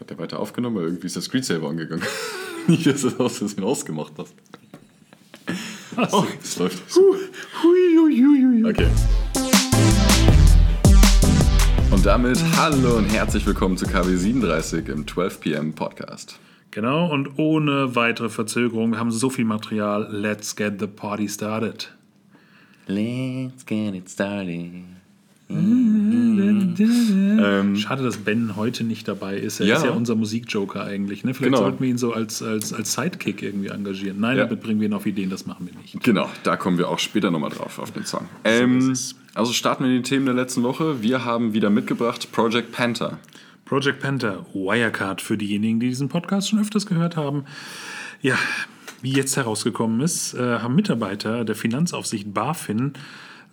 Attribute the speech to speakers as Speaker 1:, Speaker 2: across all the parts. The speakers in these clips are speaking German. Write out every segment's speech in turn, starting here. Speaker 1: Hat der weiter aufgenommen, aber irgendwie ist der Screensaver angegangen. Nicht, dass du das aus Versehen ausgemacht hast. Oh, es läuft. Okay. Und damit hallo und herzlich willkommen zu KW37 im 12 PM Podcast.
Speaker 2: Genau, und ohne weitere Verzögerung, wir haben so viel Material. Let's get the party started.
Speaker 1: Let's get it started.
Speaker 2: Ähm, Schade, dass Ben heute nicht dabei ist. Er
Speaker 1: Ja.
Speaker 2: ist ja unser Musikjoker eigentlich. Ne? Vielleicht
Speaker 1: Genau.
Speaker 2: sollten wir ihn so als, als, als Sidekick irgendwie engagieren. Nein,
Speaker 1: Ja.
Speaker 2: damit bringen wir ihn auf Ideen, das machen wir nicht.
Speaker 1: Genau, da kommen wir auch später nochmal drauf auf den Song. Ähm, also starten wir in die Themen der letzten Woche. Wir haben wieder mitgebracht Project Panther.
Speaker 2: Project Panther, Wirecard für diejenigen, die diesen Podcast schon öfters gehört haben. Ja, wie jetzt herausgekommen ist, äh, haben Mitarbeiter der Finanzaufsicht BaFin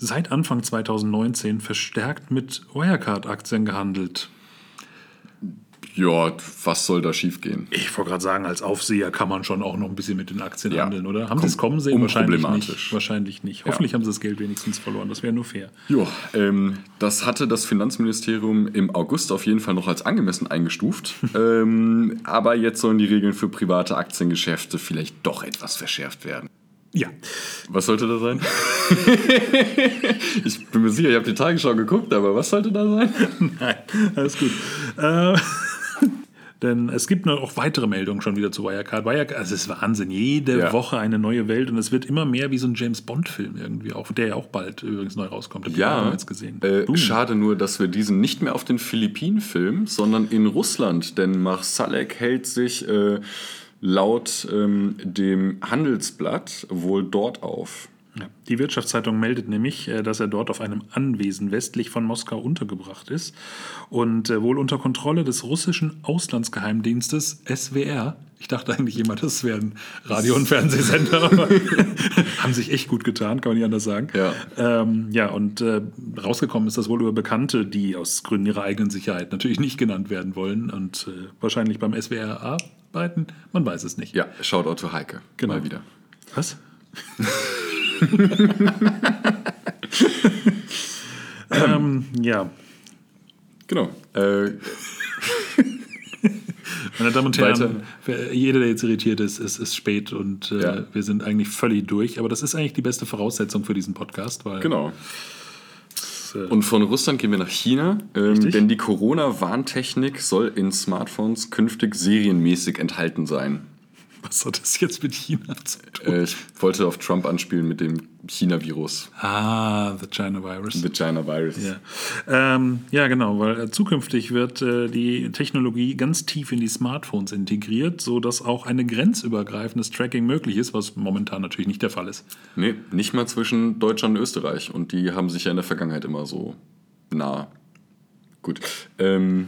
Speaker 2: seit Anfang 2019 verstärkt mit Wirecard-Aktien gehandelt.
Speaker 1: Ja, was soll da schiefgehen?
Speaker 2: Ich wollte gerade sagen, als Aufseher kann man schon auch noch ein bisschen mit den Aktien
Speaker 1: Ja.
Speaker 2: handeln, oder? Haben sie es
Speaker 1: Kom-
Speaker 2: kommen sehen? Wahrscheinlich
Speaker 1: unproblematisch.
Speaker 2: nicht. Wahrscheinlich nicht. Hoffentlich haben sie das Geld wenigstens verloren. Das wäre nur fair.
Speaker 1: Ja, ähm, das hatte das Finanzministerium im August auf jeden Fall noch als angemessen eingestuft. ähm, aber jetzt sollen die Regeln für private Aktiengeschäfte vielleicht doch etwas verschärft werden.
Speaker 2: Ja.
Speaker 1: Was sollte da sein? ich bin mir sicher, ich habe die Tagesschau geguckt, aber was sollte da sein?
Speaker 2: Nein, alles gut. äh, denn es gibt noch auch weitere Meldungen schon wieder zu Wirecard. Wirecard, also es ist Wahnsinn. Jede
Speaker 1: Ja.
Speaker 2: Woche eine neue Welt und es wird immer mehr wie so ein James Bond-Film irgendwie, auch der ja auch bald übrigens neu rauskommt. Hab ich auch
Speaker 1: Ja,
Speaker 2: damals gesehen.
Speaker 1: äh,
Speaker 2: Boom.
Speaker 1: schade nur, dass wir diesen nicht mehr auf den Philippinen filmen, sondern in Russland, denn Marsalek hält sich äh, laut ähm, dem Handelsblatt wohl dort auf.
Speaker 2: Ja. Die Wirtschaftszeitung meldet nämlich, äh, dass er dort auf einem Anwesen westlich von Moskau untergebracht ist und äh, wohl unter Kontrolle des russischen Auslandsgeheimdienstes SWR. Ich dachte eigentlich immer, das wären Radio- und Fernsehsender, aber haben sich echt gut getan, kann man nicht anders sagen.
Speaker 1: Ja.
Speaker 2: Ähm, ja, und äh, rausgekommen ist das wohl über Bekannte, die aus Gründen ihrer eigenen Sicherheit natürlich nicht genannt werden wollen und äh, wahrscheinlich beim SWR arbeiten. Man weiß es nicht.
Speaker 1: Ja, Shoutout to Heike.
Speaker 2: Genau.
Speaker 1: Mal wieder.
Speaker 2: Was? ähm, ja,
Speaker 1: Genau. Äh,
Speaker 2: meine Damen und Herren,
Speaker 1: Weiter.
Speaker 2: wer- jeder, der jetzt irritiert ist, es ist spät und äh,
Speaker 1: Ja.
Speaker 2: wir sind eigentlich völlig durch. Aber das ist eigentlich die beste Voraussetzung für diesen Podcast, weil
Speaker 1: genau.
Speaker 2: es, äh,
Speaker 1: Und von Russland gehen wir nach China, ähm, denn die Corona-Warntechnik soll in Smartphones künftig serienmäßig enthalten sein.
Speaker 2: was hat das jetzt mit China zu tun?
Speaker 1: Äh, ich wollte auf Trump anspielen mit dem China-Virus,
Speaker 2: Ah, the China Virus.
Speaker 1: the China-Virus.
Speaker 2: Ja. Ähm, ja, genau, weil äh, zukünftig wird äh, die Technologie ganz tief in die Smartphones integriert, sodass auch ein grenzübergreifendes Tracking möglich ist, was momentan natürlich nicht der Fall ist.
Speaker 1: Nee, nicht mal zwischen Deutschland und Österreich. Und die haben sich ja in der Vergangenheit immer so nah. Gut. Ähm,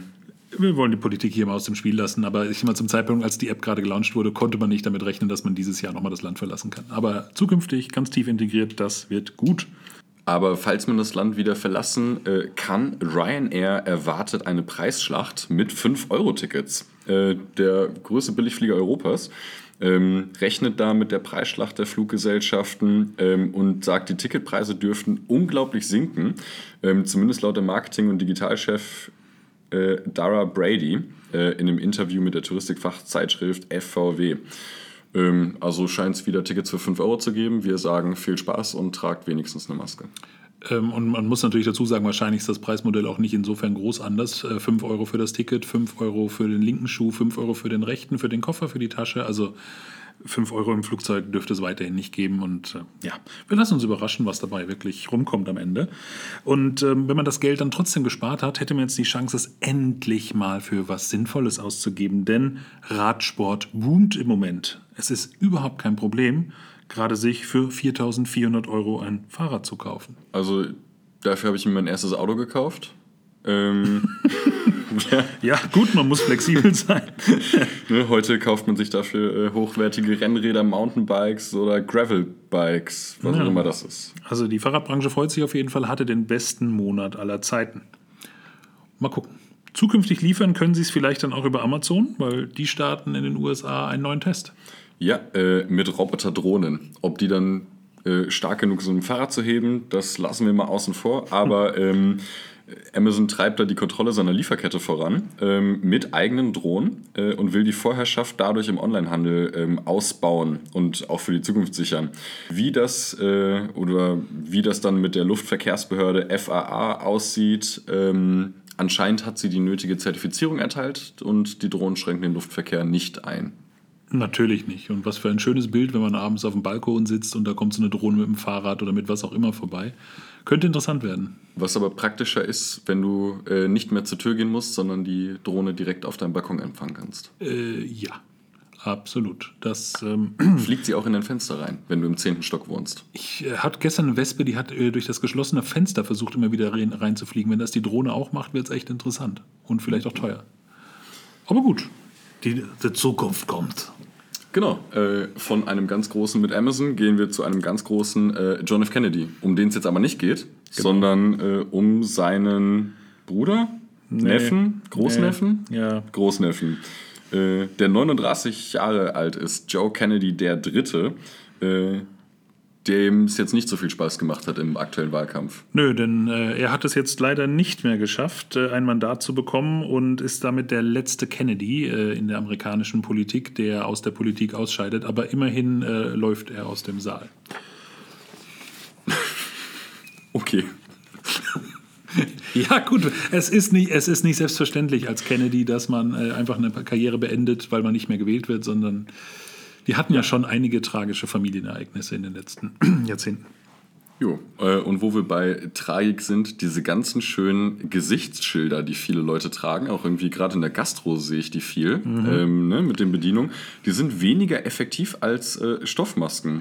Speaker 2: Wir wollen die Politik hier mal aus dem Spiel lassen, aber ich sag mal zum Zeitpunkt, als die App gerade gelauncht wurde, konnte man nicht damit rechnen, dass man dieses Jahr nochmal das Land verlassen kann. Aber zukünftig ganz tief integriert, das wird gut.
Speaker 1: aber falls man das Land wieder verlassen äh, kann, Ryanair erwartet eine Preisschlacht mit 5-Euro-Tickets. Äh, der größte Billigflieger Europas ähm, rechnet da mit der Preisschlacht der Fluggesellschaften ähm, und sagt, die Ticketpreise dürften unglaublich sinken. Ähm, zumindest laut der Marketing- und Digitalchef äh, Dara Brady äh, in einem Interview mit der Touristikfachzeitschrift FVW. Ähm, also scheint es wieder Tickets für 5 Euro zu geben. Wir sagen viel Spaß und tragt wenigstens eine Maske.
Speaker 2: Ähm, und man muss natürlich dazu sagen, wahrscheinlich ist das Preismodell auch nicht insofern groß anders. Äh, 5 Euro für das Ticket, 5 Euro für den linken Schuh, 5 Euro für den rechten, für den Koffer, für die Tasche. Also 5 Euro im Flugzeug dürfte es weiterhin nicht geben. Und äh, ja, wir lassen uns überraschen, was dabei wirklich rumkommt am Ende. Und ähm, wenn man das Geld dann trotzdem gespart hat, hätte man jetzt die Chance, es endlich mal für was Sinnvolles auszugeben. Denn Radsport boomt im Moment. Es ist überhaupt kein Problem, gerade sich für 4.400 Euro ein Fahrrad zu kaufen.
Speaker 1: Also dafür habe ich mir mein erstes Auto gekauft. Ähm,
Speaker 2: Ja, gut, man muss flexibel sein.
Speaker 1: ne, heute kauft man sich dafür äh, hochwertige Rennräder, Mountainbikes oder Gravelbikes, was auch immer das ist.
Speaker 2: Also die Fahrradbranche freut sich auf jeden Fall, hatte den besten Monat aller Zeiten. Mal gucken. Zukünftig liefern können sie es vielleicht dann auch über Amazon, weil die starten in den USA einen neuen Test.
Speaker 1: Ja, äh, mit Roboterdrohnen. Ob die dann äh, stark genug sind, um ein Fahrrad zu heben, das lassen wir mal außen vor. Aber ähm, Amazon treibt da die Kontrolle seiner Lieferkette voran ähm, mit eigenen Drohnen äh, und will die Vorherrschaft dadurch im Onlinehandel ähm, ausbauen und auch für die Zukunft sichern. Wie das äh, oder wie das dann mit der Luftverkehrsbehörde FAA aussieht, ähm, anscheinend hat sie die nötige Zertifizierung erteilt und die Drohnen schränken den Luftverkehr nicht ein.
Speaker 3: Natürlich nicht. Und was für ein schönes Bild, wenn man abends auf dem Balkon sitzt und da kommt so eine Drohne mit dem Fahrrad oder mit was auch immer vorbei. Könnte interessant werden.
Speaker 1: Was aber praktischer ist, wenn du äh, nicht mehr zur Tür gehen musst, sondern die Drohne direkt auf deinem Balkon empfangen kannst.
Speaker 3: Äh, ja, absolut. Das ähm,
Speaker 1: Fliegt sie auch in dein Fenster rein, wenn du im zehnten Stock wohnst.
Speaker 3: ich äh, hatte gestern eine Wespe, die hat äh, durch das geschlossene Fenster versucht, immer wieder rein, reinzufliegen. Wenn das die Drohne auch macht, wird es echt interessant. Und vielleicht auch teuer. Aber gut. Die, die Zukunft kommt.
Speaker 1: Genau. Äh, von einem ganz großen mit Amazon gehen wir zu einem ganz großen äh, John F. Kennedy, um den es jetzt aber nicht geht, sondern äh, um seinen Bruder, Neffen, Großneffen,
Speaker 2: Äh,
Speaker 3: Ja.
Speaker 1: Großneffen, äh, der 39 Jahre alt ist, Joe Kennedy der Dritte, äh, dem es jetzt nicht so viel Spaß gemacht hat im aktuellen Wahlkampf.
Speaker 2: Nö, denn äh, er hat es jetzt leider nicht mehr geschafft, äh, ein Mandat zu bekommen und ist damit der letzte Kennedy äh, in der amerikanischen Politik, der aus der Politik ausscheidet. Aber immerhin äh, läuft er aus dem Saal.
Speaker 1: Okay.
Speaker 3: Ja, gut, es ist nicht, es ist nicht selbstverständlich als Kennedy, dass man äh, einfach eine Karriere beendet, weil man nicht mehr gewählt wird, sondern wir hatten ja schon einige tragische Familienereignisse in den letzten Jahrzehnten.
Speaker 1: Jo, äh, und wo wir bei Tragik sind, diese ganzen schönen Gesichtsschilder, die viele Leute tragen, auch irgendwie gerade in der Gastro sehe ich die viel, ähm, ne, mit den Bedienungen, die sind weniger effektiv als äh, Stoffmasken.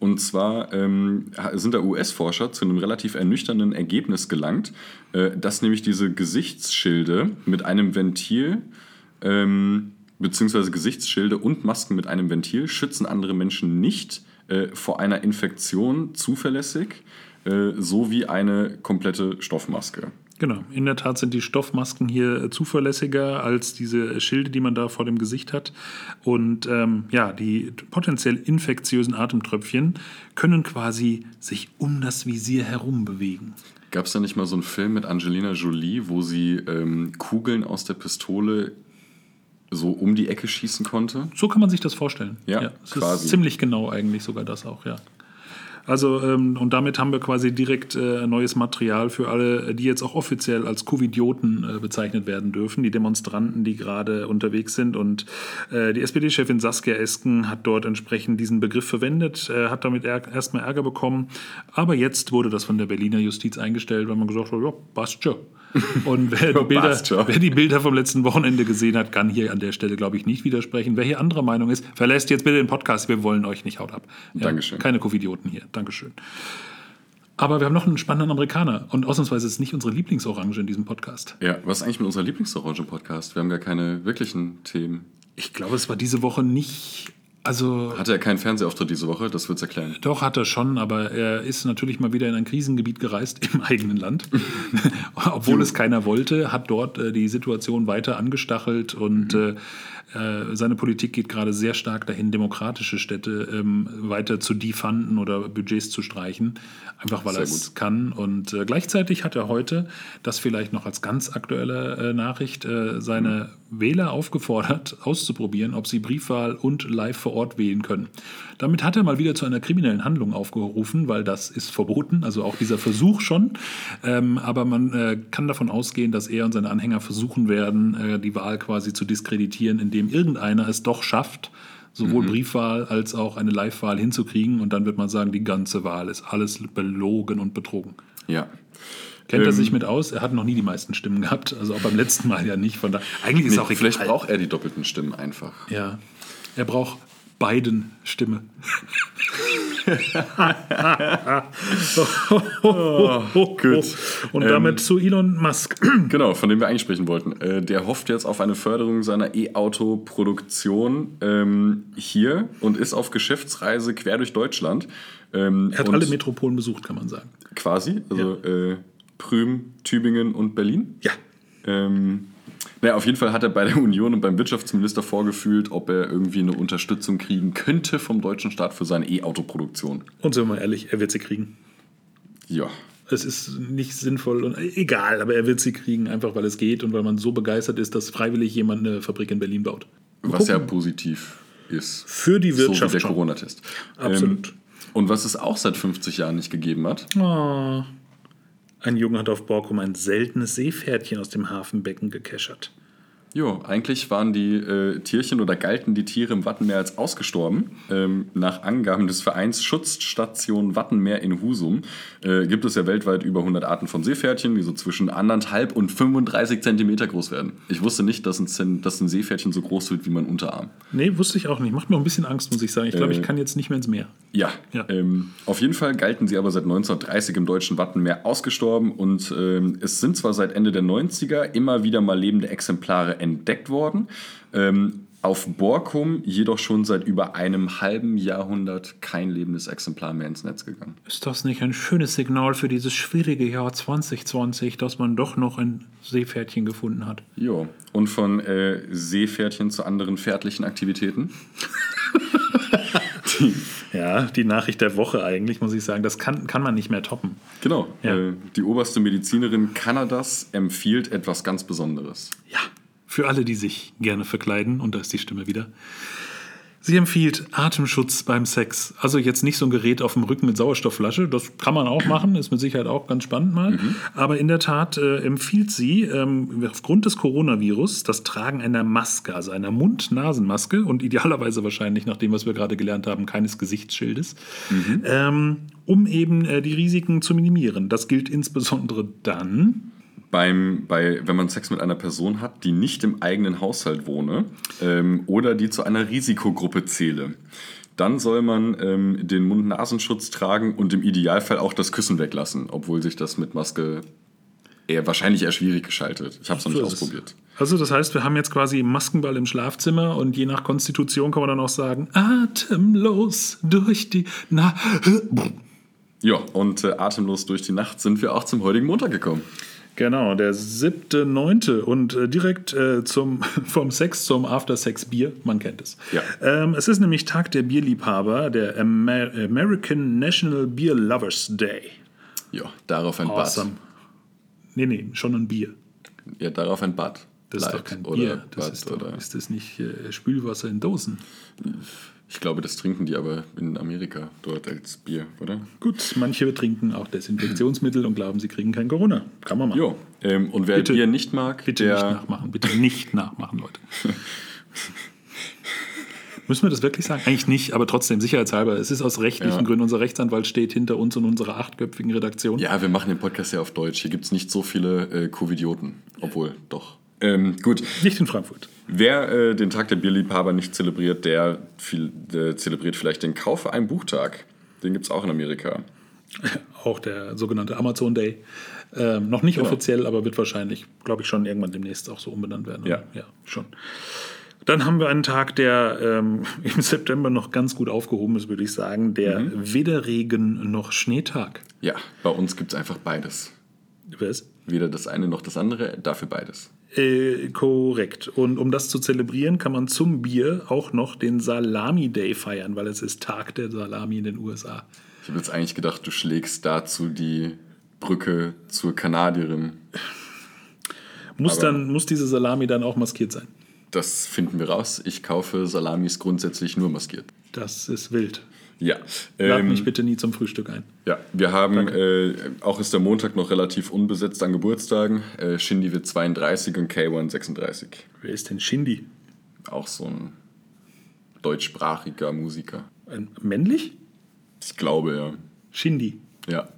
Speaker 1: Und zwar ähm, ha- sind da US-Forscher zu einem relativ ernüchternden Ergebnis gelangt, äh, dass nämlich diese Gesichtsschilde mit einem Ventil ähm, beziehungsweise Gesichtsschilde und Masken mit einem Ventil schützen andere Menschen nicht äh, vor einer Infektion zuverlässig, äh, so wie eine komplette Stoffmaske.
Speaker 2: Genau, in der Tat sind die Stoffmasken hier äh, zuverlässiger als diese äh, Schilde, die man da vor dem Gesicht hat. Und ähm, ja, die potenziell infektiösen Atemtröpfchen können quasi sich um das Visier herum bewegen.
Speaker 1: Gab es da nicht mal so einen Film mit Angelina Jolie, wo sie ähm, Kugeln aus der Pistole so um die Ecke schießen konnte?
Speaker 2: So kann man sich das vorstellen.
Speaker 1: Ja,
Speaker 2: es
Speaker 1: quasi.
Speaker 2: ist ziemlich genau eigentlich sogar das auch, ja. Also, ähm, und damit haben wir quasi direkt äh, neues Material für alle, äh, die jetzt auch offiziell als Covidioten äh, bezeichnet werden dürfen, die Demonstranten, die gerade unterwegs sind. Und äh, die SPD-Chefin Saskia Esken hat dort entsprechend diesen Begriff verwendet, äh, hat damit er erstmal Ärger bekommen. Aber jetzt wurde das von der Berliner Justiz eingestellt, weil man gesagt hat, ja, passt schon. Und wer die, Bilder,
Speaker 1: Passt schon.
Speaker 2: wer die Bilder vom letzten Wochenende gesehen hat, kann hier an der Stelle, glaube ich, nicht widersprechen. Wer hier anderer Meinung ist, verlässt jetzt bitte den Podcast. Wir wollen euch nicht haut ab. Ja,
Speaker 1: Dankeschön.
Speaker 2: Keine Covidioten hier. Dankeschön. Aber wir haben noch einen spannenden Amerikaner. Und ausnahmsweise ist es nicht unsere Lieblingsorange in diesem Podcast.
Speaker 1: Ja, was ist eigentlich mit unserer Lieblingsorange-Podcast? Wir haben gar keine wirklichen Themen.
Speaker 2: Ich glaube, es war diese Woche nicht. Also,
Speaker 1: Hatte er keinen Fernsehauftritt diese Woche? Das wird's erklären.
Speaker 2: doch hat er schon, aber er ist natürlich mal wieder in ein Krisengebiet gereist im eigenen Land. Obwohl es keiner wollte, hat dort äh, die Situation weiter angestachelt und
Speaker 1: Mhm.
Speaker 2: äh, äh, seine Politik geht gerade sehr stark dahin, demokratische Städte ähm, weiter zu defunden oder Budgets zu streichen, einfach weil er
Speaker 1: Sehr gut.
Speaker 2: es kann. Und äh, gleichzeitig hat er heute, das vielleicht noch als ganz aktuelle äh, Nachricht, äh, seine Wähler aufgefordert, auszuprobieren, ob sie Briefwahl und live vor Ort wählen können. Damit hat er mal wieder zu einer kriminellen Handlung aufgerufen, weil das ist verboten, also auch dieser Versuch schon. Ähm, aber man äh, kann davon ausgehen, dass er und seine Anhänger versuchen werden, äh, die Wahl quasi zu diskreditieren, indem irgendeiner es doch schafft, sowohl
Speaker 1: Mhm.
Speaker 2: Briefwahl als auch eine Live-Wahl hinzukriegen. Und dann wird man sagen, die ganze Wahl ist alles belogen und betrogen.
Speaker 1: Ja.
Speaker 2: Kennt er
Speaker 1: Ähm,
Speaker 2: sich mit aus? Er hat noch nie die meisten Stimmen gehabt. Also auch beim letzten Mal ja nicht. Von da eigentlich ist
Speaker 1: Nee,
Speaker 2: auch egal.
Speaker 1: vielleicht braucht er die doppelten Stimmen einfach.
Speaker 2: ja. Er braucht beiden Stimme.
Speaker 1: Oh, gut.
Speaker 2: Und
Speaker 1: Ähm,
Speaker 2: damit zu Elon Musk.
Speaker 1: Genau, von dem wir eigentlich sprechen wollten. Äh, der hofft jetzt auf eine Förderung seiner E-Auto-Produktion ähm, hier und ist auf Geschäftsreise quer durch Deutschland. Ähm,
Speaker 2: Er hat
Speaker 1: und
Speaker 2: alle Metropolen besucht, kann man sagen.
Speaker 1: Quasi, also äh, Prüm, Tübingen und Berlin.
Speaker 2: Ja.
Speaker 1: Ähm, naja, auf jeden Fall hat er bei der Union und beim Wirtschaftsminister vorgefühlt, ob er irgendwie eine Unterstützung kriegen könnte vom deutschen Staat für seine E-Auto-Produktion.
Speaker 2: Und sind wir mal ehrlich, er wird sie kriegen.
Speaker 1: Ja.
Speaker 2: es ist nicht sinnvoll und egal, aber er wird sie kriegen, einfach weil es geht und weil man so begeistert ist, dass freiwillig jemand eine Fabrik in Berlin baut.
Speaker 1: Was ja positiv ist.
Speaker 2: Für die Wirtschaft
Speaker 1: So wie der
Speaker 2: schon.
Speaker 1: Corona-Test.
Speaker 2: Absolut.
Speaker 1: Ähm, und was es auch seit 50 Jahren nicht gegeben hat,
Speaker 2: Oh. Ein Junge hat auf Borkum ein seltenes Seepferdchen aus dem Hafenbecken gekeschert.
Speaker 1: Jo, eigentlich waren die äh, Tierchen oder galten die Tiere im Wattenmeer als ausgestorben. Ähm, nach Angaben des Vereins Schutzstation Wattenmeer in Husum äh, gibt es ja weltweit über 100 Arten von Seepferdchen, die so zwischen anderthalb und 35 Zentimeter groß werden. Ich wusste nicht, dass ein, Zen- dass ein Seepferdchen so groß wird wie mein Unterarm.
Speaker 2: Nee, wusste ich auch nicht. Macht mir ein bisschen Angst, muss ich sagen. Ich glaube, ich
Speaker 1: Äh.
Speaker 2: kann jetzt nicht mehr ins Meer.
Speaker 1: Ja,
Speaker 2: Ja.
Speaker 1: Ähm, auf jeden Fall galten sie aber seit 1930 im deutschen Wattenmeer ausgestorben und ähm, es sind zwar seit Ende der 90er immer wieder mal lebende Exemplare entdeckt worden, ähm, auf Borkum jedoch schon seit über einem halben Jahrhundert kein lebendes Exemplar mehr ins Netz gegangen.
Speaker 4: Ist das nicht ein schönes Signal für dieses schwierige Jahr 2020, dass man doch noch ein Seepferdchen gefunden hat?
Speaker 1: Jo, und von äh, Seepferdchen zu anderen pferdlichen Aktivitäten.
Speaker 2: Ja, die Nachricht der Woche eigentlich, muss ich sagen. Das kann, kann man nicht mehr toppen.
Speaker 1: Genau,
Speaker 2: Ja.
Speaker 1: äh, die oberste Medizinerin Kanadas empfiehlt etwas ganz Besonderes.
Speaker 2: Ja, für alle, die sich gerne verkleiden, und da ist die Stimme wieder. Sie empfiehlt Atemschutz beim Sex. Also jetzt nicht so ein Gerät auf dem Rücken mit Sauerstoffflasche, das kann man auch machen, ist mit Sicherheit auch ganz spannend mal. Aber in der Tat äh, empfiehlt sie ähm, aufgrund des Coronavirus das Tragen einer Maske, also einer Mund-Nasen-Maske und idealerweise wahrscheinlich, nach dem, was wir gerade gelernt haben, keines Gesichtsschildes, ähm, um eben äh, die Risiken zu minimieren. Das gilt insbesondere dann,
Speaker 1: beim, bei, wenn man Sex mit einer Person hat, die nicht im eigenen Haushalt wohne ähm, oder die zu einer Risikogruppe zähle. Dann soll man ähm, den Mund-Nasenschutz tragen und im Idealfall auch das Küssen weglassen, obwohl sich das mit Maske eher, wahrscheinlich eher schwierig gestaltet. Ich habe es noch nicht
Speaker 2: So ist es.
Speaker 1: ausprobiert.
Speaker 2: Also das heißt, wir haben jetzt quasi Maskenball im Schlafzimmer und je nach Konstitution kann man dann auch sagen, atemlos durch die... Na,
Speaker 1: Ja, und äh, atemlos durch die Nacht sind wir auch zum heutigen Montag gekommen.
Speaker 2: genau, der siebte, neunte und äh, direkt äh, zum, vom Sex zum After-Sex-Bier, man kennt es.
Speaker 1: Ja.
Speaker 2: Ähm, es ist nämlich Tag der Bierliebhaber, der Amer American National Beer Lovers Day.
Speaker 1: Ja, darauf ein
Speaker 2: Nee, nee, schon ein Bier.
Speaker 1: Bad. Ja, darauf ein Bad.
Speaker 2: Das ist
Speaker 1: Light
Speaker 2: doch kein
Speaker 1: oder
Speaker 2: Bier. Das
Speaker 1: Bad
Speaker 2: ist, doch,
Speaker 1: oder
Speaker 2: ist das nicht äh, Spülwasser in Dosen?
Speaker 1: ich glaube, das trinken die aber in Amerika dort als Bier, oder?
Speaker 2: Gut, manche trinken auch Desinfektionsmittel und glauben, sie kriegen kein Corona. Kann man machen.
Speaker 1: Jo, ähm, und wer
Speaker 2: Bitte-
Speaker 1: Bier nicht mag,
Speaker 2: Bitte
Speaker 1: der,
Speaker 2: nicht nachmachen, bitte nicht nachmachen, Leute. Müssen wir das wirklich sagen? Eigentlich nicht, aber trotzdem sicherheitshalber. Es ist aus rechtlichen
Speaker 1: Ja.
Speaker 2: Gründen. Unser Rechtsanwalt steht hinter uns und unserer achtköpfigen Redaktion.
Speaker 1: Ja, wir machen den Podcast ja auf Deutsch. Hier gibt es nicht so viele äh, Covidioten. Obwohl, doch. Ähm, gut,
Speaker 2: Nicht in Frankfurt.
Speaker 1: wer äh, den Tag der Bierliebhaber nicht zelebriert, der viel, äh, zelebriert vielleicht den Kauf einem Buchtag. Den gibt es auch in Amerika.
Speaker 2: Auch der sogenannte Amazon Day. Ähm, noch nicht
Speaker 1: Genau.
Speaker 2: offiziell, aber wird wahrscheinlich, glaube ich, schon irgendwann demnächst auch so umbenannt werden.
Speaker 1: Ja.
Speaker 2: ja schon. Dann haben wir einen Tag, der ähm, im September noch ganz gut aufgehoben ist, würde ich sagen. Der
Speaker 1: Mhm.
Speaker 2: weder Regen noch Schneetag.
Speaker 1: Ja, bei uns gibt es einfach beides.
Speaker 2: Was?
Speaker 1: Weder das eine noch das andere, dafür beides.
Speaker 2: Äh, korrekt. Und um das zu zelebrieren, kann man zum Bier auch noch den Salami Day feiern, weil es ist Tag der Salami in den USA.
Speaker 1: Ich habe jetzt eigentlich gedacht, du schlägst dazu die Brücke zur Kanadierin.
Speaker 2: Muss,
Speaker 1: Aber-
Speaker 2: dann, muss diese Salami dann auch maskiert sein?
Speaker 1: Das finden wir raus. Ich kaufe Salamis grundsätzlich nur maskiert.
Speaker 2: Das ist wild.
Speaker 1: Ja.
Speaker 2: Lad
Speaker 1: ähm,
Speaker 2: mich bitte nie zum Frühstück ein.
Speaker 1: Ja, wir haben, äh, auch ist der Montag noch relativ unbesetzt an Geburtstagen. Äh, Shindy wird 32 und K1 36.
Speaker 2: Wer ist denn Shindy?
Speaker 1: Auch so ein deutschsprachiger Musiker.
Speaker 2: Ein, Ähm, männlich?
Speaker 1: Ich glaube, ja.
Speaker 2: Shindy.
Speaker 1: Ja.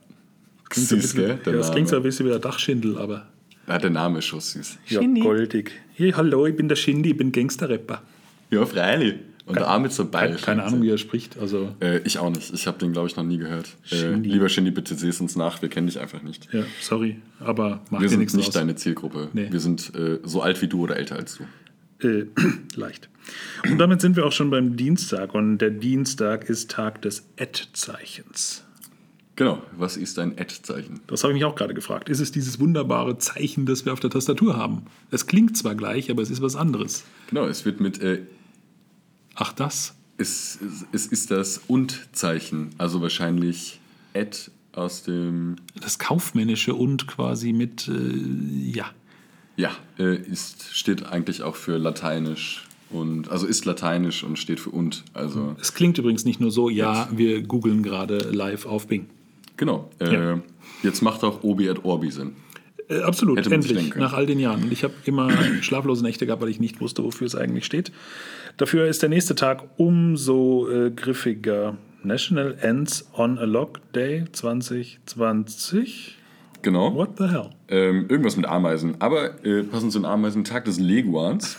Speaker 2: Klingt so ein bisschen-
Speaker 1: gell, der
Speaker 2: ja, das
Speaker 1: Name.
Speaker 2: klingt so ein bisschen wie der Dachschindel, aber
Speaker 1: Ja, der Name ist schon süß.
Speaker 2: ja, goldig. Hey, hallo, ich bin der Shindy, ich bin Gangster-Rapper.
Speaker 1: Ja, freilich. Und der Arm ist so
Speaker 2: Keine,
Speaker 1: bayerisch.
Speaker 2: keine Ahnung, wie er spricht. Also,
Speaker 1: Äh, ich auch nicht. Ich habe den, glaube ich, noch nie gehört. Äh,
Speaker 2: Shindy.
Speaker 1: lieber Shindy, bitte seh's uns nach. Wir kennen dich einfach nicht.
Speaker 2: ja, sorry, aber macht
Speaker 1: Wir
Speaker 2: dir
Speaker 1: sind
Speaker 2: nichts
Speaker 1: nicht
Speaker 2: aus.
Speaker 1: deine Zielgruppe.
Speaker 2: Nee.
Speaker 1: Wir sind äh, so alt wie du oder älter als du.
Speaker 2: äh, leicht. Und damit sind wir auch schon beim Dienstag. Und der Dienstag ist Tag des Ad-Zeichens.
Speaker 1: Genau. Was ist dein Ad-Zeichen?
Speaker 2: Das habe ich mich auch gerade gefragt. Ist es dieses wunderbare Zeichen, das wir auf der Tastatur haben? Es klingt zwar gleich, aber es ist was anderes.
Speaker 1: Genau, es wird mit äh,
Speaker 2: Ach, das?
Speaker 1: Es, es, es ist das Und-Zeichen, also wahrscheinlich at aus dem.
Speaker 2: Das Kaufmännische und quasi mit, äh, ja.
Speaker 1: Ja, äh, ist, steht eigentlich auch für Lateinisch und also ist Lateinisch und steht für und. Also
Speaker 2: Es klingt übrigens nicht nur so, ja, wir googeln gerade live auf Bing.
Speaker 1: genau. Äh,
Speaker 2: Ja.
Speaker 1: Jetzt macht auch Obi et Orbi Sinn.
Speaker 2: Äh, absolut,
Speaker 1: Hätte man sich denken
Speaker 2: endlich,
Speaker 1: können.
Speaker 2: nach all den Jahren. Und ich habe immer schlaflose Nächte gehabt, weil ich nicht wusste, wofür es eigentlich steht. Dafür ist der nächste Tag umso äh, griffiger. National Ends on a Lock Day 2020.
Speaker 1: Genau.
Speaker 2: What the hell?
Speaker 1: Ähm, irgendwas mit Ameisen. Aber äh, passend zum Ameisen, Tag des Leguans.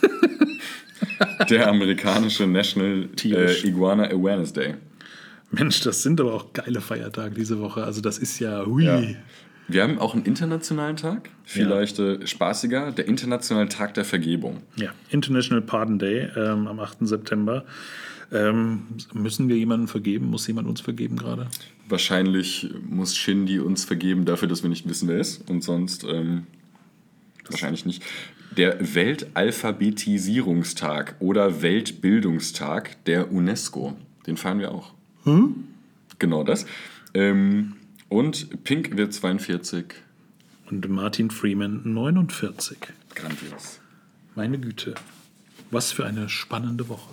Speaker 1: der amerikanische National
Speaker 2: Tierisch.
Speaker 1: äh, Iguana Awareness Day.
Speaker 2: Mensch, das sind aber auch geile Feiertage diese Woche. Also das ist ja, hui.
Speaker 1: Ja. Wir haben auch einen internationalen Tag, vielleicht äh, spaßiger, der internationale Tag der Vergebung.
Speaker 2: Ja, International Pardon Day ähm, am 8. September. Ähm, müssen wir jemanden vergeben? Muss jemand uns vergeben gerade?
Speaker 1: Wahrscheinlich muss Shindy uns vergeben dafür, dass wir nicht wissen, wer ist. Und sonst ähm, wahrscheinlich nicht. Der Weltalphabetisierungstag oder Weltbildungstag der UNESCO. Den feiern wir auch. Genau das. Ähm, und Pink wird 42.
Speaker 2: Und Martin Freeman 49.
Speaker 1: Grandios.
Speaker 2: Meine Güte. Was für eine spannende Woche.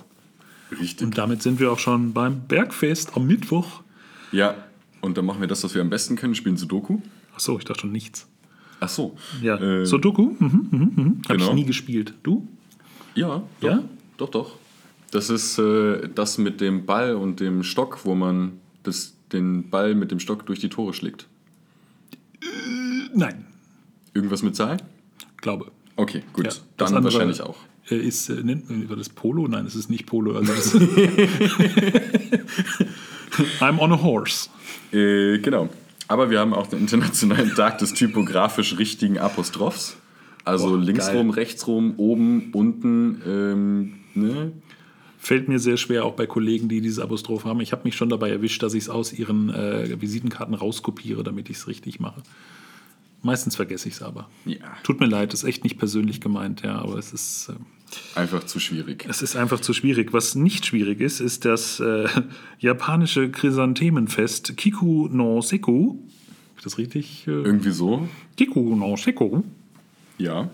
Speaker 1: Richtig.
Speaker 2: Und damit sind wir auch schon beim Bergfest am Mittwoch.
Speaker 1: ja, und dann machen wir das, was wir am besten können, spielen Sudoku.
Speaker 2: Achso, ich dachte schon nichts.
Speaker 1: Ach so.
Speaker 2: Ja,
Speaker 1: Äh,
Speaker 2: Sudoku? Mhm, mhm, mhm. Habe
Speaker 1: genau.
Speaker 2: ich nie gespielt. Du?
Speaker 1: Ja, doch,
Speaker 2: Ja?
Speaker 1: doch, doch. Das ist äh, das mit dem Ball und dem Stock, wo man das, den Ball mit dem Stock durch die Tore schlägt.
Speaker 2: Nein,
Speaker 1: Irgendwas mit Zahl?
Speaker 2: glaube.
Speaker 1: Okay, gut.
Speaker 2: Ja, das
Speaker 1: Dann
Speaker 2: andere-
Speaker 1: wahrscheinlich auch.
Speaker 2: Äh, Ist, äh, nennt man war das Polo? Nein, es ist nicht Polo. Also das I'm on a horse.
Speaker 1: Äh, genau. Aber wir haben auch den Internationalen Tag des typografisch richtigen Apostrophs. Also
Speaker 2: Boah,
Speaker 1: links
Speaker 2: geil.
Speaker 1: rum, rechts rum, oben, unten. Ähm, ne?
Speaker 2: Fällt mir sehr schwer, auch bei Kollegen, die dieses Apostroph haben. Ich habe mich schon dabei erwischt, dass ich es aus ihren äh, Visitenkarten rauskopiere, damit ich es richtig mache. Meistens vergesse ich es aber.
Speaker 1: Ja,
Speaker 2: Tut mir leid, ist echt nicht persönlich gemeint, ja, aber es ist, äh,
Speaker 1: einfach zu schwierig.
Speaker 2: es ist einfach zu schwierig. Was nicht schwierig ist, ist das äh, japanische Chrysanthemenfest Kiku no Seku. Hab ich das richtig? Äh,
Speaker 1: Irgendwie so?
Speaker 2: Kiku no Seku.
Speaker 1: Ja.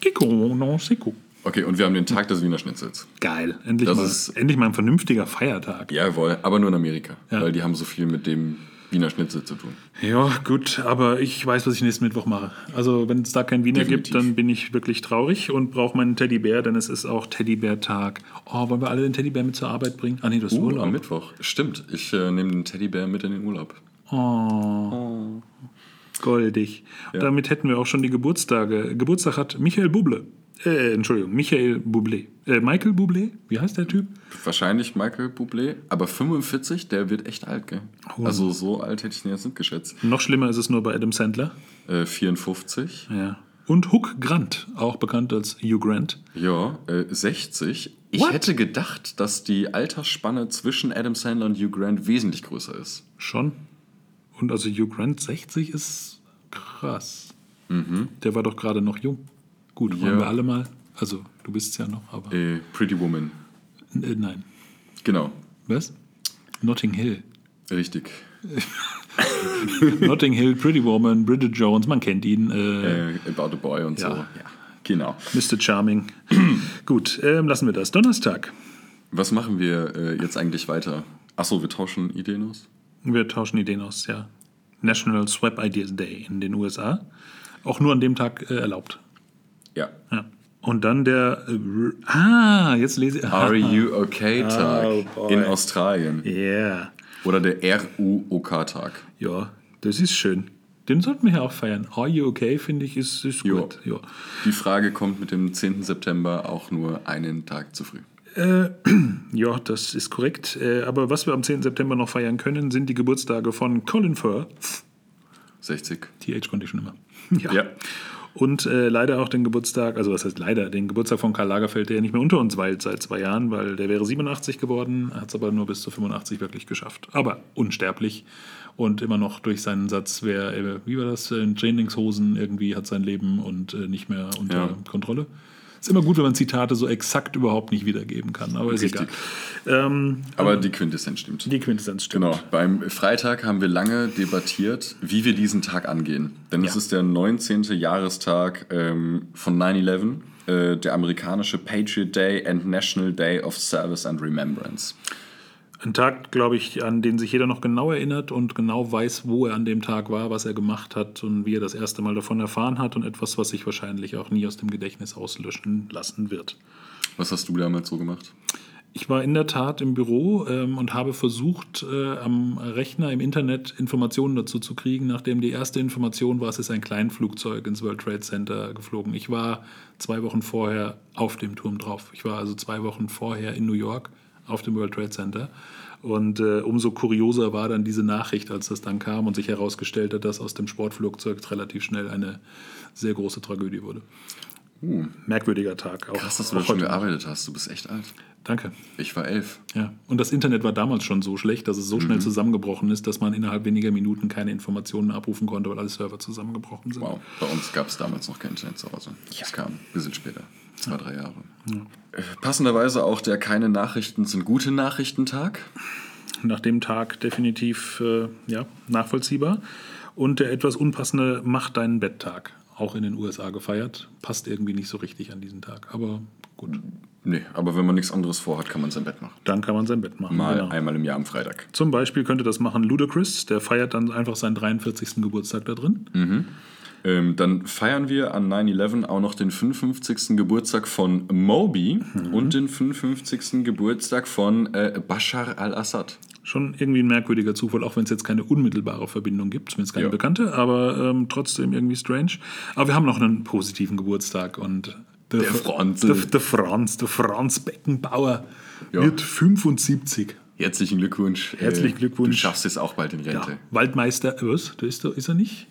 Speaker 2: Kiku no Seku.
Speaker 1: Okay, und wir haben den Tag des Wiener Schnitzels.
Speaker 2: Geil. Endlich,
Speaker 1: Das
Speaker 2: mal,
Speaker 1: ist-
Speaker 2: endlich mal ein vernünftiger Feiertag.
Speaker 1: Jawohl, aber nur in Amerika,
Speaker 2: Ja.
Speaker 1: weil die haben so viel mit dem Wiener Schnitzel zu tun.
Speaker 2: Ja, gut, aber ich weiß, was ich nächsten Mittwoch mache. Also, wenn es da keinen Wiener
Speaker 1: Definitiv.
Speaker 2: gibt, dann bin ich wirklich traurig und brauche meinen Teddybär, denn es ist auch Teddybär-Tag. Oh, wollen wir alle den Teddybär mit zur Arbeit bringen? Ah, nee, du hast
Speaker 1: Uh, am
Speaker 2: Urlaub.
Speaker 1: Mittwoch. Stimmt, ich äh, nehme den Teddybär mit in den Urlaub.
Speaker 2: Goldig. Und damit hätten wir auch schon die Geburtstage. Geburtstag hat Michael Buble. Äh, Entschuldigung, Michael Bublé. Äh, Michael Bublé? Wie heißt der Typ?
Speaker 1: Wahrscheinlich Michael Bublé, aber 45, der wird echt alt, gell?
Speaker 2: Oh.
Speaker 1: Also so alt hätte ich ihn jetzt nicht geschätzt.
Speaker 2: Noch schlimmer ist es nur bei Adam Sandler.
Speaker 1: Äh, 54,
Speaker 2: Ja. Und Hook Grant, auch bekannt als Hugh Grant.
Speaker 1: ja, äh, 60. Ich
Speaker 2: What?
Speaker 1: hätte gedacht, dass die Altersspanne zwischen Adam Sandler und Hugh Grant wesentlich größer ist.
Speaker 2: Schon. Und also Hugh Grant 60 ist krass. Der war doch gerade noch jung. Gut,
Speaker 1: Ja.
Speaker 2: wollen wir alle mal. Also, du bist ja noch, aber.
Speaker 1: Äh, Pretty Woman,
Speaker 2: Äh, nein.
Speaker 1: genau,
Speaker 2: Was? Notting Hill.
Speaker 1: richtig.
Speaker 2: Notting Hill, Pretty Woman, Bridget Jones, man kennt ihn. Äh,
Speaker 1: Äh, About a Boy und so.
Speaker 2: Ja.
Speaker 1: Genau.
Speaker 2: Mr. Charming. Gut, ähm, lassen wir das. Donnerstag.
Speaker 1: Was machen wir äh, jetzt eigentlich weiter? Achso, wir tauschen Ideen aus?
Speaker 2: Wir tauschen Ideen aus, ja. National Swap Ideas Day in den USA. Auch nur an dem Tag äh, erlaubt.
Speaker 1: Ja.
Speaker 2: Ja. Und dann der. Äh, R- ah, jetzt lese ich.
Speaker 1: Are You Okay Tag
Speaker 2: Oh, boy.
Speaker 1: in Australien.
Speaker 2: Yeah.
Speaker 1: Oder der RUOK Tag.
Speaker 2: Ja, das ist schön. Den sollten wir ja auch feiern. Are you okay, finde ich, ist, ist
Speaker 1: Jo.
Speaker 2: gut. Ja.
Speaker 1: Die Frage kommt mit dem 10. September auch nur einen Tag zu früh.
Speaker 2: ja, das ist korrekt. Äh, Aber was wir am 10. September noch feiern können, sind die Geburtstage von Colin Firth.
Speaker 1: 60.
Speaker 2: TH konnte ich schon immer. Ja. Und äh, leider auch den Geburtstag, also was heißt leider, den Geburtstag von Karl Lagerfeld, der nicht mehr unter uns weilt seit zwei Jahren, weil der wäre 87 geworden, hat es aber nur bis zu 85 wirklich geschafft. Aber unsterblich und immer noch durch seinen Satz, wer, äh, wie war das, äh, in Trainingshosen irgendwie hat sein Leben und äh, nicht mehr unter
Speaker 1: Ja.
Speaker 2: Kontrolle. Ist immer gut, wenn man Zitate so exakt überhaupt nicht wiedergeben kann, aber ist
Speaker 1: Richtig.
Speaker 2: egal. Ähm,
Speaker 1: Aber die Quintessenz stimmt.
Speaker 2: die Quintessenz stimmt.
Speaker 1: Genau. Beim Freitag haben wir lange debattiert, wie wir diesen Tag angehen. Denn es
Speaker 2: Ja.
Speaker 1: ist der 19. Jahrestag ähm, von 9-11, äh, der amerikanische Patriot Day and National Day of Service and Remembrance.
Speaker 2: Ein Tag, glaube ich, an den sich jeder noch genau erinnert und genau weiß, wo er an dem Tag war, was er gemacht hat und wie er das erste Mal davon erfahren hat und etwas, was sich wahrscheinlich auch nie aus dem Gedächtnis auslöschen lassen wird.
Speaker 1: Was hast du damals so gemacht?
Speaker 2: Ich war in der Tat im Büro ähm, und habe versucht, äh, am Rechner im Internet Informationen dazu zu kriegen, nachdem die erste Information war, es ist ein Kleinflugzeug ins World Trade Center geflogen. Ich war zwei Wochen vorher auf dem Turm drauf. Ich war also zwei Wochen vorher in New York auf dem World Trade Center. Und äh, umso kurioser war dann diese Nachricht, als das dann kam und sich herausgestellt hat, dass aus dem Sportflugzeug relativ schnell eine sehr große Tragödie wurde. Hm, Merkwürdiger Tag. Auch,
Speaker 1: Krass, dass du
Speaker 2: auch
Speaker 1: da schon
Speaker 2: heute.
Speaker 1: gearbeitet hast. Du bist echt alt.
Speaker 2: Danke.
Speaker 1: Ich war elf.
Speaker 2: Ja, und das Internet war damals schon so schlecht, dass es so schnell zusammengebrochen ist, dass man innerhalb weniger Minuten keine Informationen mehr abrufen konnte, weil alle Server zusammengebrochen sind.
Speaker 1: Wow, bei uns gab es damals noch kein Internet zu Hause. Das kam ein bisschen später, zwei, drei Jahre. Äh, Passenderweise auch der Keine Nachrichten sind gute Nachrichtentag.
Speaker 2: Nach dem Tag definitiv äh, ja, nachvollziehbar. Und der etwas unpassende Mach deinen Betttag, auch in den USA gefeiert, passt irgendwie nicht so richtig an diesen Tag. Aber gut,
Speaker 1: Nee, aber wenn man nichts anderes vorhat, kann man sein Bett machen.
Speaker 2: dann kann man sein Bett machen.
Speaker 1: Mal
Speaker 2: genau.
Speaker 1: einmal im Jahr am Freitag.
Speaker 2: Zum Beispiel könnte das machen Ludacris, der feiert dann einfach seinen 43. Geburtstag da drin.
Speaker 1: Ähm, dann feiern wir an 9-11 auch noch den 55. Geburtstag von Moby
Speaker 2: Mhm.
Speaker 1: und den 55. Geburtstag von äh, Bashar al-Assad.
Speaker 2: Schon irgendwie ein merkwürdiger Zufall, auch wenn es jetzt keine unmittelbare Verbindung gibt, zumindest keine
Speaker 1: Ja.
Speaker 2: bekannte, aber ähm, trotzdem irgendwie strange. Aber wir haben noch einen positiven Geburtstag und der,
Speaker 1: Franz.
Speaker 2: Der, der Franz, der Franz Beckenbauer
Speaker 1: Ja.
Speaker 2: wird 75.
Speaker 1: Herzlichen Glückwunsch. Äh,
Speaker 2: Herzlichen Glückwunsch.
Speaker 1: Du schaffst es auch bald in
Speaker 2: Ja.
Speaker 1: Rente.
Speaker 2: Waldmeister, äh, was? Da ist, er- ist er nicht?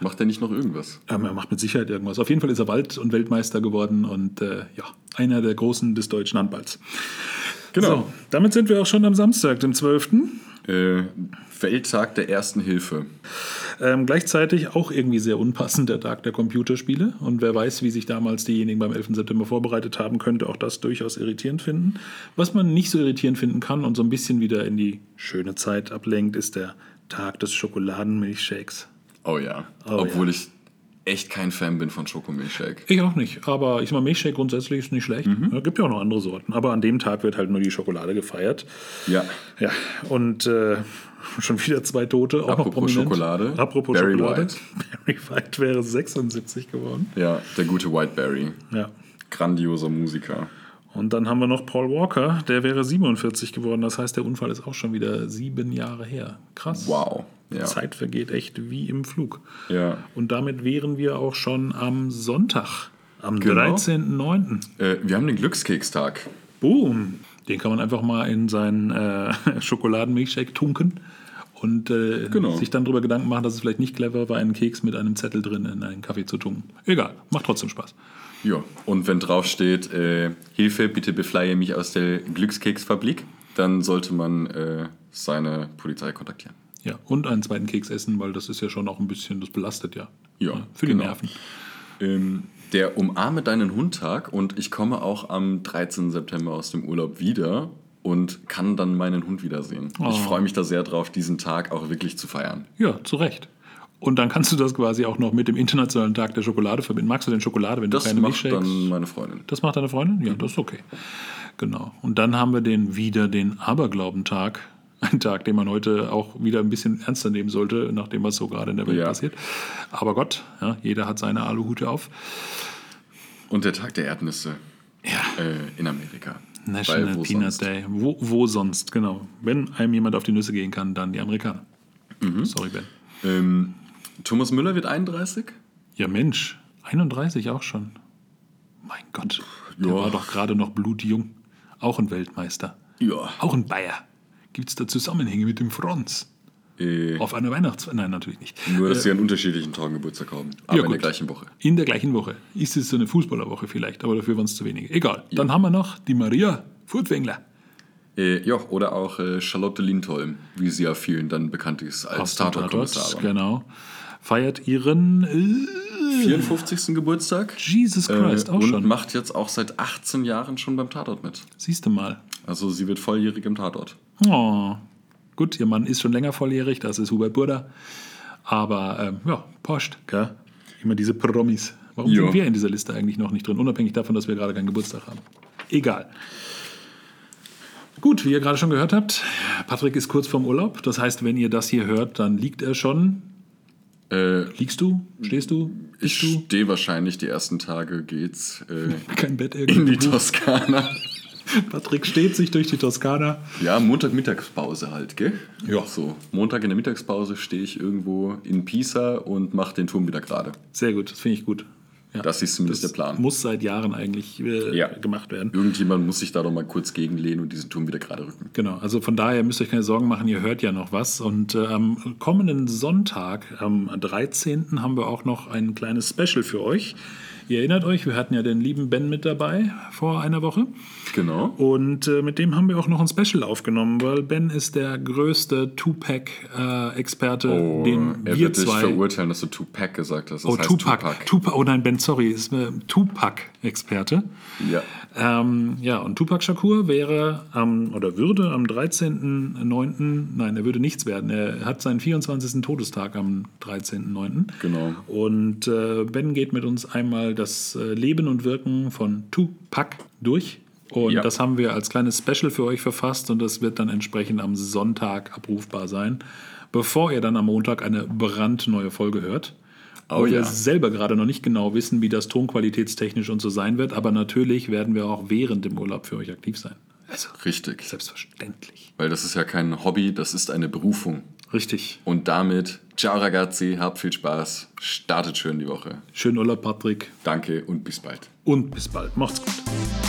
Speaker 1: Macht er nicht noch irgendwas?
Speaker 2: Ähm, er macht mit Sicherheit irgendwas. Auf jeden Fall ist er Wald- und Weltmeister geworden und äh, ja, einer der Großen des deutschen Handballs.
Speaker 1: Genau.
Speaker 2: So, damit sind wir auch schon am Samstag, dem 12.
Speaker 1: Äh, Welttag der Ersten Hilfe.
Speaker 2: Ähm, gleichzeitig auch irgendwie sehr unpassend der Tag der Computerspiele. Und wer weiß, wie sich damals diejenigen beim 11. September vorbereitet haben, könnte auch das durchaus irritierend finden. Was man nicht so irritierend finden kann und so ein bisschen wieder in die schöne Zeit ablenkt, ist der Tag des Schokoladenmilchshakes.
Speaker 1: Oh ja.
Speaker 2: Oh
Speaker 1: Obwohl ich echt kein Fan bin von Schokomilchshake.
Speaker 2: Ich auch nicht, aber ich meine, Milchshake grundsätzlich ist nicht schlecht. Es gibt ja auch noch andere Sorten, aber an dem Tag wird halt nur die Schokolade gefeiert.
Speaker 1: Ja.
Speaker 2: Ja, und äh, schon wieder zwei Tote, auch noch
Speaker 1: Apropos
Speaker 2: prominent.
Speaker 1: Schokolade,
Speaker 2: Apropos
Speaker 1: Barry
Speaker 2: Schokolade.
Speaker 1: White.
Speaker 2: Barry White wäre 76 geworden.
Speaker 1: Ja, der gute Whiteberry.
Speaker 2: Ja.
Speaker 1: Grandioser Musiker.
Speaker 2: Und dann haben wir noch Paul Walker, der wäre 47 geworden. Das heißt, der Unfall ist auch schon wieder sieben Jahre her. Krass.
Speaker 1: Wow. Ja.
Speaker 2: Zeit vergeht echt wie im Flug.
Speaker 1: Ja.
Speaker 2: Und damit wären wir auch schon am Sonntag, am
Speaker 1: Genau.
Speaker 2: 13.09.
Speaker 1: Äh, wir haben den Glückskekstag.
Speaker 2: Boom. Den kann man einfach mal in seinen äh, Schokoladenmilchshake tunken und äh,
Speaker 1: Genau.
Speaker 2: sich dann darüber Gedanken machen, dass es vielleicht nicht clever war, einen Keks mit einem Zettel drin in einen Kaffee zu tunken. Egal, macht trotzdem Spaß.
Speaker 1: Ja. Und wenn drauf steht, äh, Hilfe, bitte befleie mich aus der Glückskeksfabrik, dann sollte man äh, seine Polizei kontaktieren.
Speaker 2: Ja, und einen zweiten Keks essen, weil das ist ja schon auch ein bisschen, das belastet ja.
Speaker 1: Ja,
Speaker 2: für
Speaker 1: genau.
Speaker 2: die Nerven.
Speaker 1: Ähm, der Umarme deinen Hundtag und ich komme auch am 13. September aus dem Urlaub wieder und kann dann meinen Hund wiedersehen.
Speaker 2: Oh.
Speaker 1: Ich freue mich da sehr drauf, diesen Tag auch wirklich zu feiern.
Speaker 2: Ja, zu Recht. Und dann kannst du das quasi auch noch mit dem Internationalen Tag der Schokolade verbinden. Magst du denn Schokolade, wenn du
Speaker 1: Das
Speaker 2: keine
Speaker 1: macht
Speaker 2: Milchshakes?
Speaker 1: dann Mhm. meine Freundin.
Speaker 2: Das macht deine Freundin? Ja, das ist okay. Genau. Und dann haben wir den wieder den Aberglaubentag. Ein Tag, den man heute auch wieder ein bisschen ernster nehmen sollte, nachdem was so gerade in der Welt
Speaker 1: Ja.
Speaker 2: passiert. Aber Gott, ja, jeder hat seine Aluhute auf.
Speaker 1: Und der Tag der Erdnüsse äh, in Amerika.
Speaker 2: National
Speaker 1: Weil wo
Speaker 2: Peanut
Speaker 1: sonst?
Speaker 2: Day. Wo, wo sonst, genau. Wenn einem jemand auf die Nüsse gehen kann, dann die Amerikaner.
Speaker 1: Mhm.
Speaker 2: Sorry, Ben.
Speaker 1: Ähm, Thomas Müller wird 31.
Speaker 2: Ja, Mensch, 31 auch schon. Mein Gott, der
Speaker 1: Ja.
Speaker 2: war doch gerade noch blutjung. Auch ein Weltmeister.
Speaker 1: Ja.
Speaker 2: Auch ein Bayer. Gibt es da Zusammenhänge mit dem Franz?
Speaker 1: Äh,
Speaker 2: Auf einer Weihnachts... Nein, natürlich nicht.
Speaker 1: nur, dass sie an unterschiedlichen Tagen Geburtstag haben. Aber in der
Speaker 2: gut.
Speaker 1: gleichen Woche.
Speaker 2: In der gleichen Woche. Ist es so eine Fußballerwoche vielleicht, aber dafür waren es zu wenige. Egal. Dann haben wir noch die Maria Furtwängler.
Speaker 1: Äh, ja, oder auch äh, Charlotte Lindholm, wie sie ja vielen dann bekannt ist als
Speaker 2: Aus dem Tatort,
Speaker 1: Tatortkommissarin.
Speaker 2: Genau. Feiert Genau. ihren äh,
Speaker 1: 54. Geburtstag.
Speaker 2: Jesus Christ,
Speaker 1: äh,
Speaker 2: auch
Speaker 1: und
Speaker 2: schon.
Speaker 1: macht jetzt auch seit 18 Jahren schon beim Tatort mit.
Speaker 2: Siehst du mal.
Speaker 1: Also sie wird volljährig im Tatort.
Speaker 2: Oh. Gut, ihr Mann ist schon länger volljährig, das ist Hubert Burda. Aber ähm, ja, Porscht, gell? Immer diese Promis. Warum
Speaker 1: Ja.
Speaker 2: sind wir in dieser Liste eigentlich noch nicht drin? Unabhängig davon, dass wir gerade keinen Geburtstag haben. Egal. Gut, wie ihr gerade schon gehört habt, Patrick ist kurz vorm Urlaub. Das heißt, wenn ihr das hier hört, dann liegt er schon.
Speaker 1: Äh,
Speaker 2: Liegst du? Stehst du?
Speaker 1: ich
Speaker 2: Bist du?
Speaker 1: stehe wahrscheinlich die ersten Tage geht's äh,
Speaker 2: Kein Bett
Speaker 1: in die
Speaker 2: irgendwie.
Speaker 1: Toskana.
Speaker 2: Patrick steht sich durch die Toskana.
Speaker 1: Ja, Montagmittagspause halt, gell?
Speaker 2: Ja.
Speaker 1: So, Montag in der Mittagspause stehe ich irgendwo in Pisa und mache den Turm wieder gerade.
Speaker 2: Sehr gut, das finde ich gut. Ja.
Speaker 1: Das ist zumindest der Plan.
Speaker 2: Muss seit Jahren eigentlich äh,
Speaker 1: Ja.
Speaker 2: gemacht werden.
Speaker 1: Irgendjemand muss sich da doch mal kurz gegenlehnen und diesen Turm wieder gerade rücken.
Speaker 2: Genau, also von daher müsst ihr euch keine Sorgen machen, ihr hört ja noch was. Und äh, am kommenden Sonntag, am 13. haben wir auch noch ein kleines Special für euch. Ihr erinnert euch, wir hatten ja den lieben Ben mit dabei vor einer Woche.
Speaker 1: Genau.
Speaker 2: Und äh, mit dem haben wir auch noch ein Special aufgenommen, weil Ben ist der größte Tupac-Experte, den
Speaker 1: Oh, er
Speaker 2: wir
Speaker 1: wird dich
Speaker 2: zwei...
Speaker 1: verurteilen, dass du Tupac gesagt hast. Das
Speaker 2: Oh,
Speaker 1: heißt
Speaker 2: Tupac. Tupac. Oh nein, Ben, sorry, ist äh, Tupac-Experte.
Speaker 1: Ja.
Speaker 2: Ähm, ja, und Tupac Shakur wäre am, oder würde am 13.09., nein, er würde nichts werden. Er hat seinen 24. Todestag am 13.09.
Speaker 1: Genau.
Speaker 2: Und äh, Ben geht mit uns einmal das äh, Leben und Wirken von Tupac durch. Und
Speaker 1: Ja.
Speaker 2: das haben wir als kleines Special für euch verfasst und das wird dann entsprechend am Sonntag abrufbar sein, bevor ihr dann am Montag eine brandneue Folge hört.
Speaker 1: Oh
Speaker 2: Und wir
Speaker 1: ja.
Speaker 2: selber gerade noch nicht genau wissen, wie das tonqualitätstechnisch und so sein wird, aber natürlich werden wir auch während dem Urlaub für euch aktiv sein. Also
Speaker 1: Richtig.
Speaker 2: selbstverständlich.
Speaker 1: Weil das ist ja kein Hobby, das ist eine Berufung.
Speaker 2: Richtig.
Speaker 1: Und damit, ciao ragazzi, habt viel Spaß, startet schön die Woche.
Speaker 2: Schönen Urlaub, Patrick,
Speaker 1: Danke und bis bald.
Speaker 2: und bis bald. Macht's gut.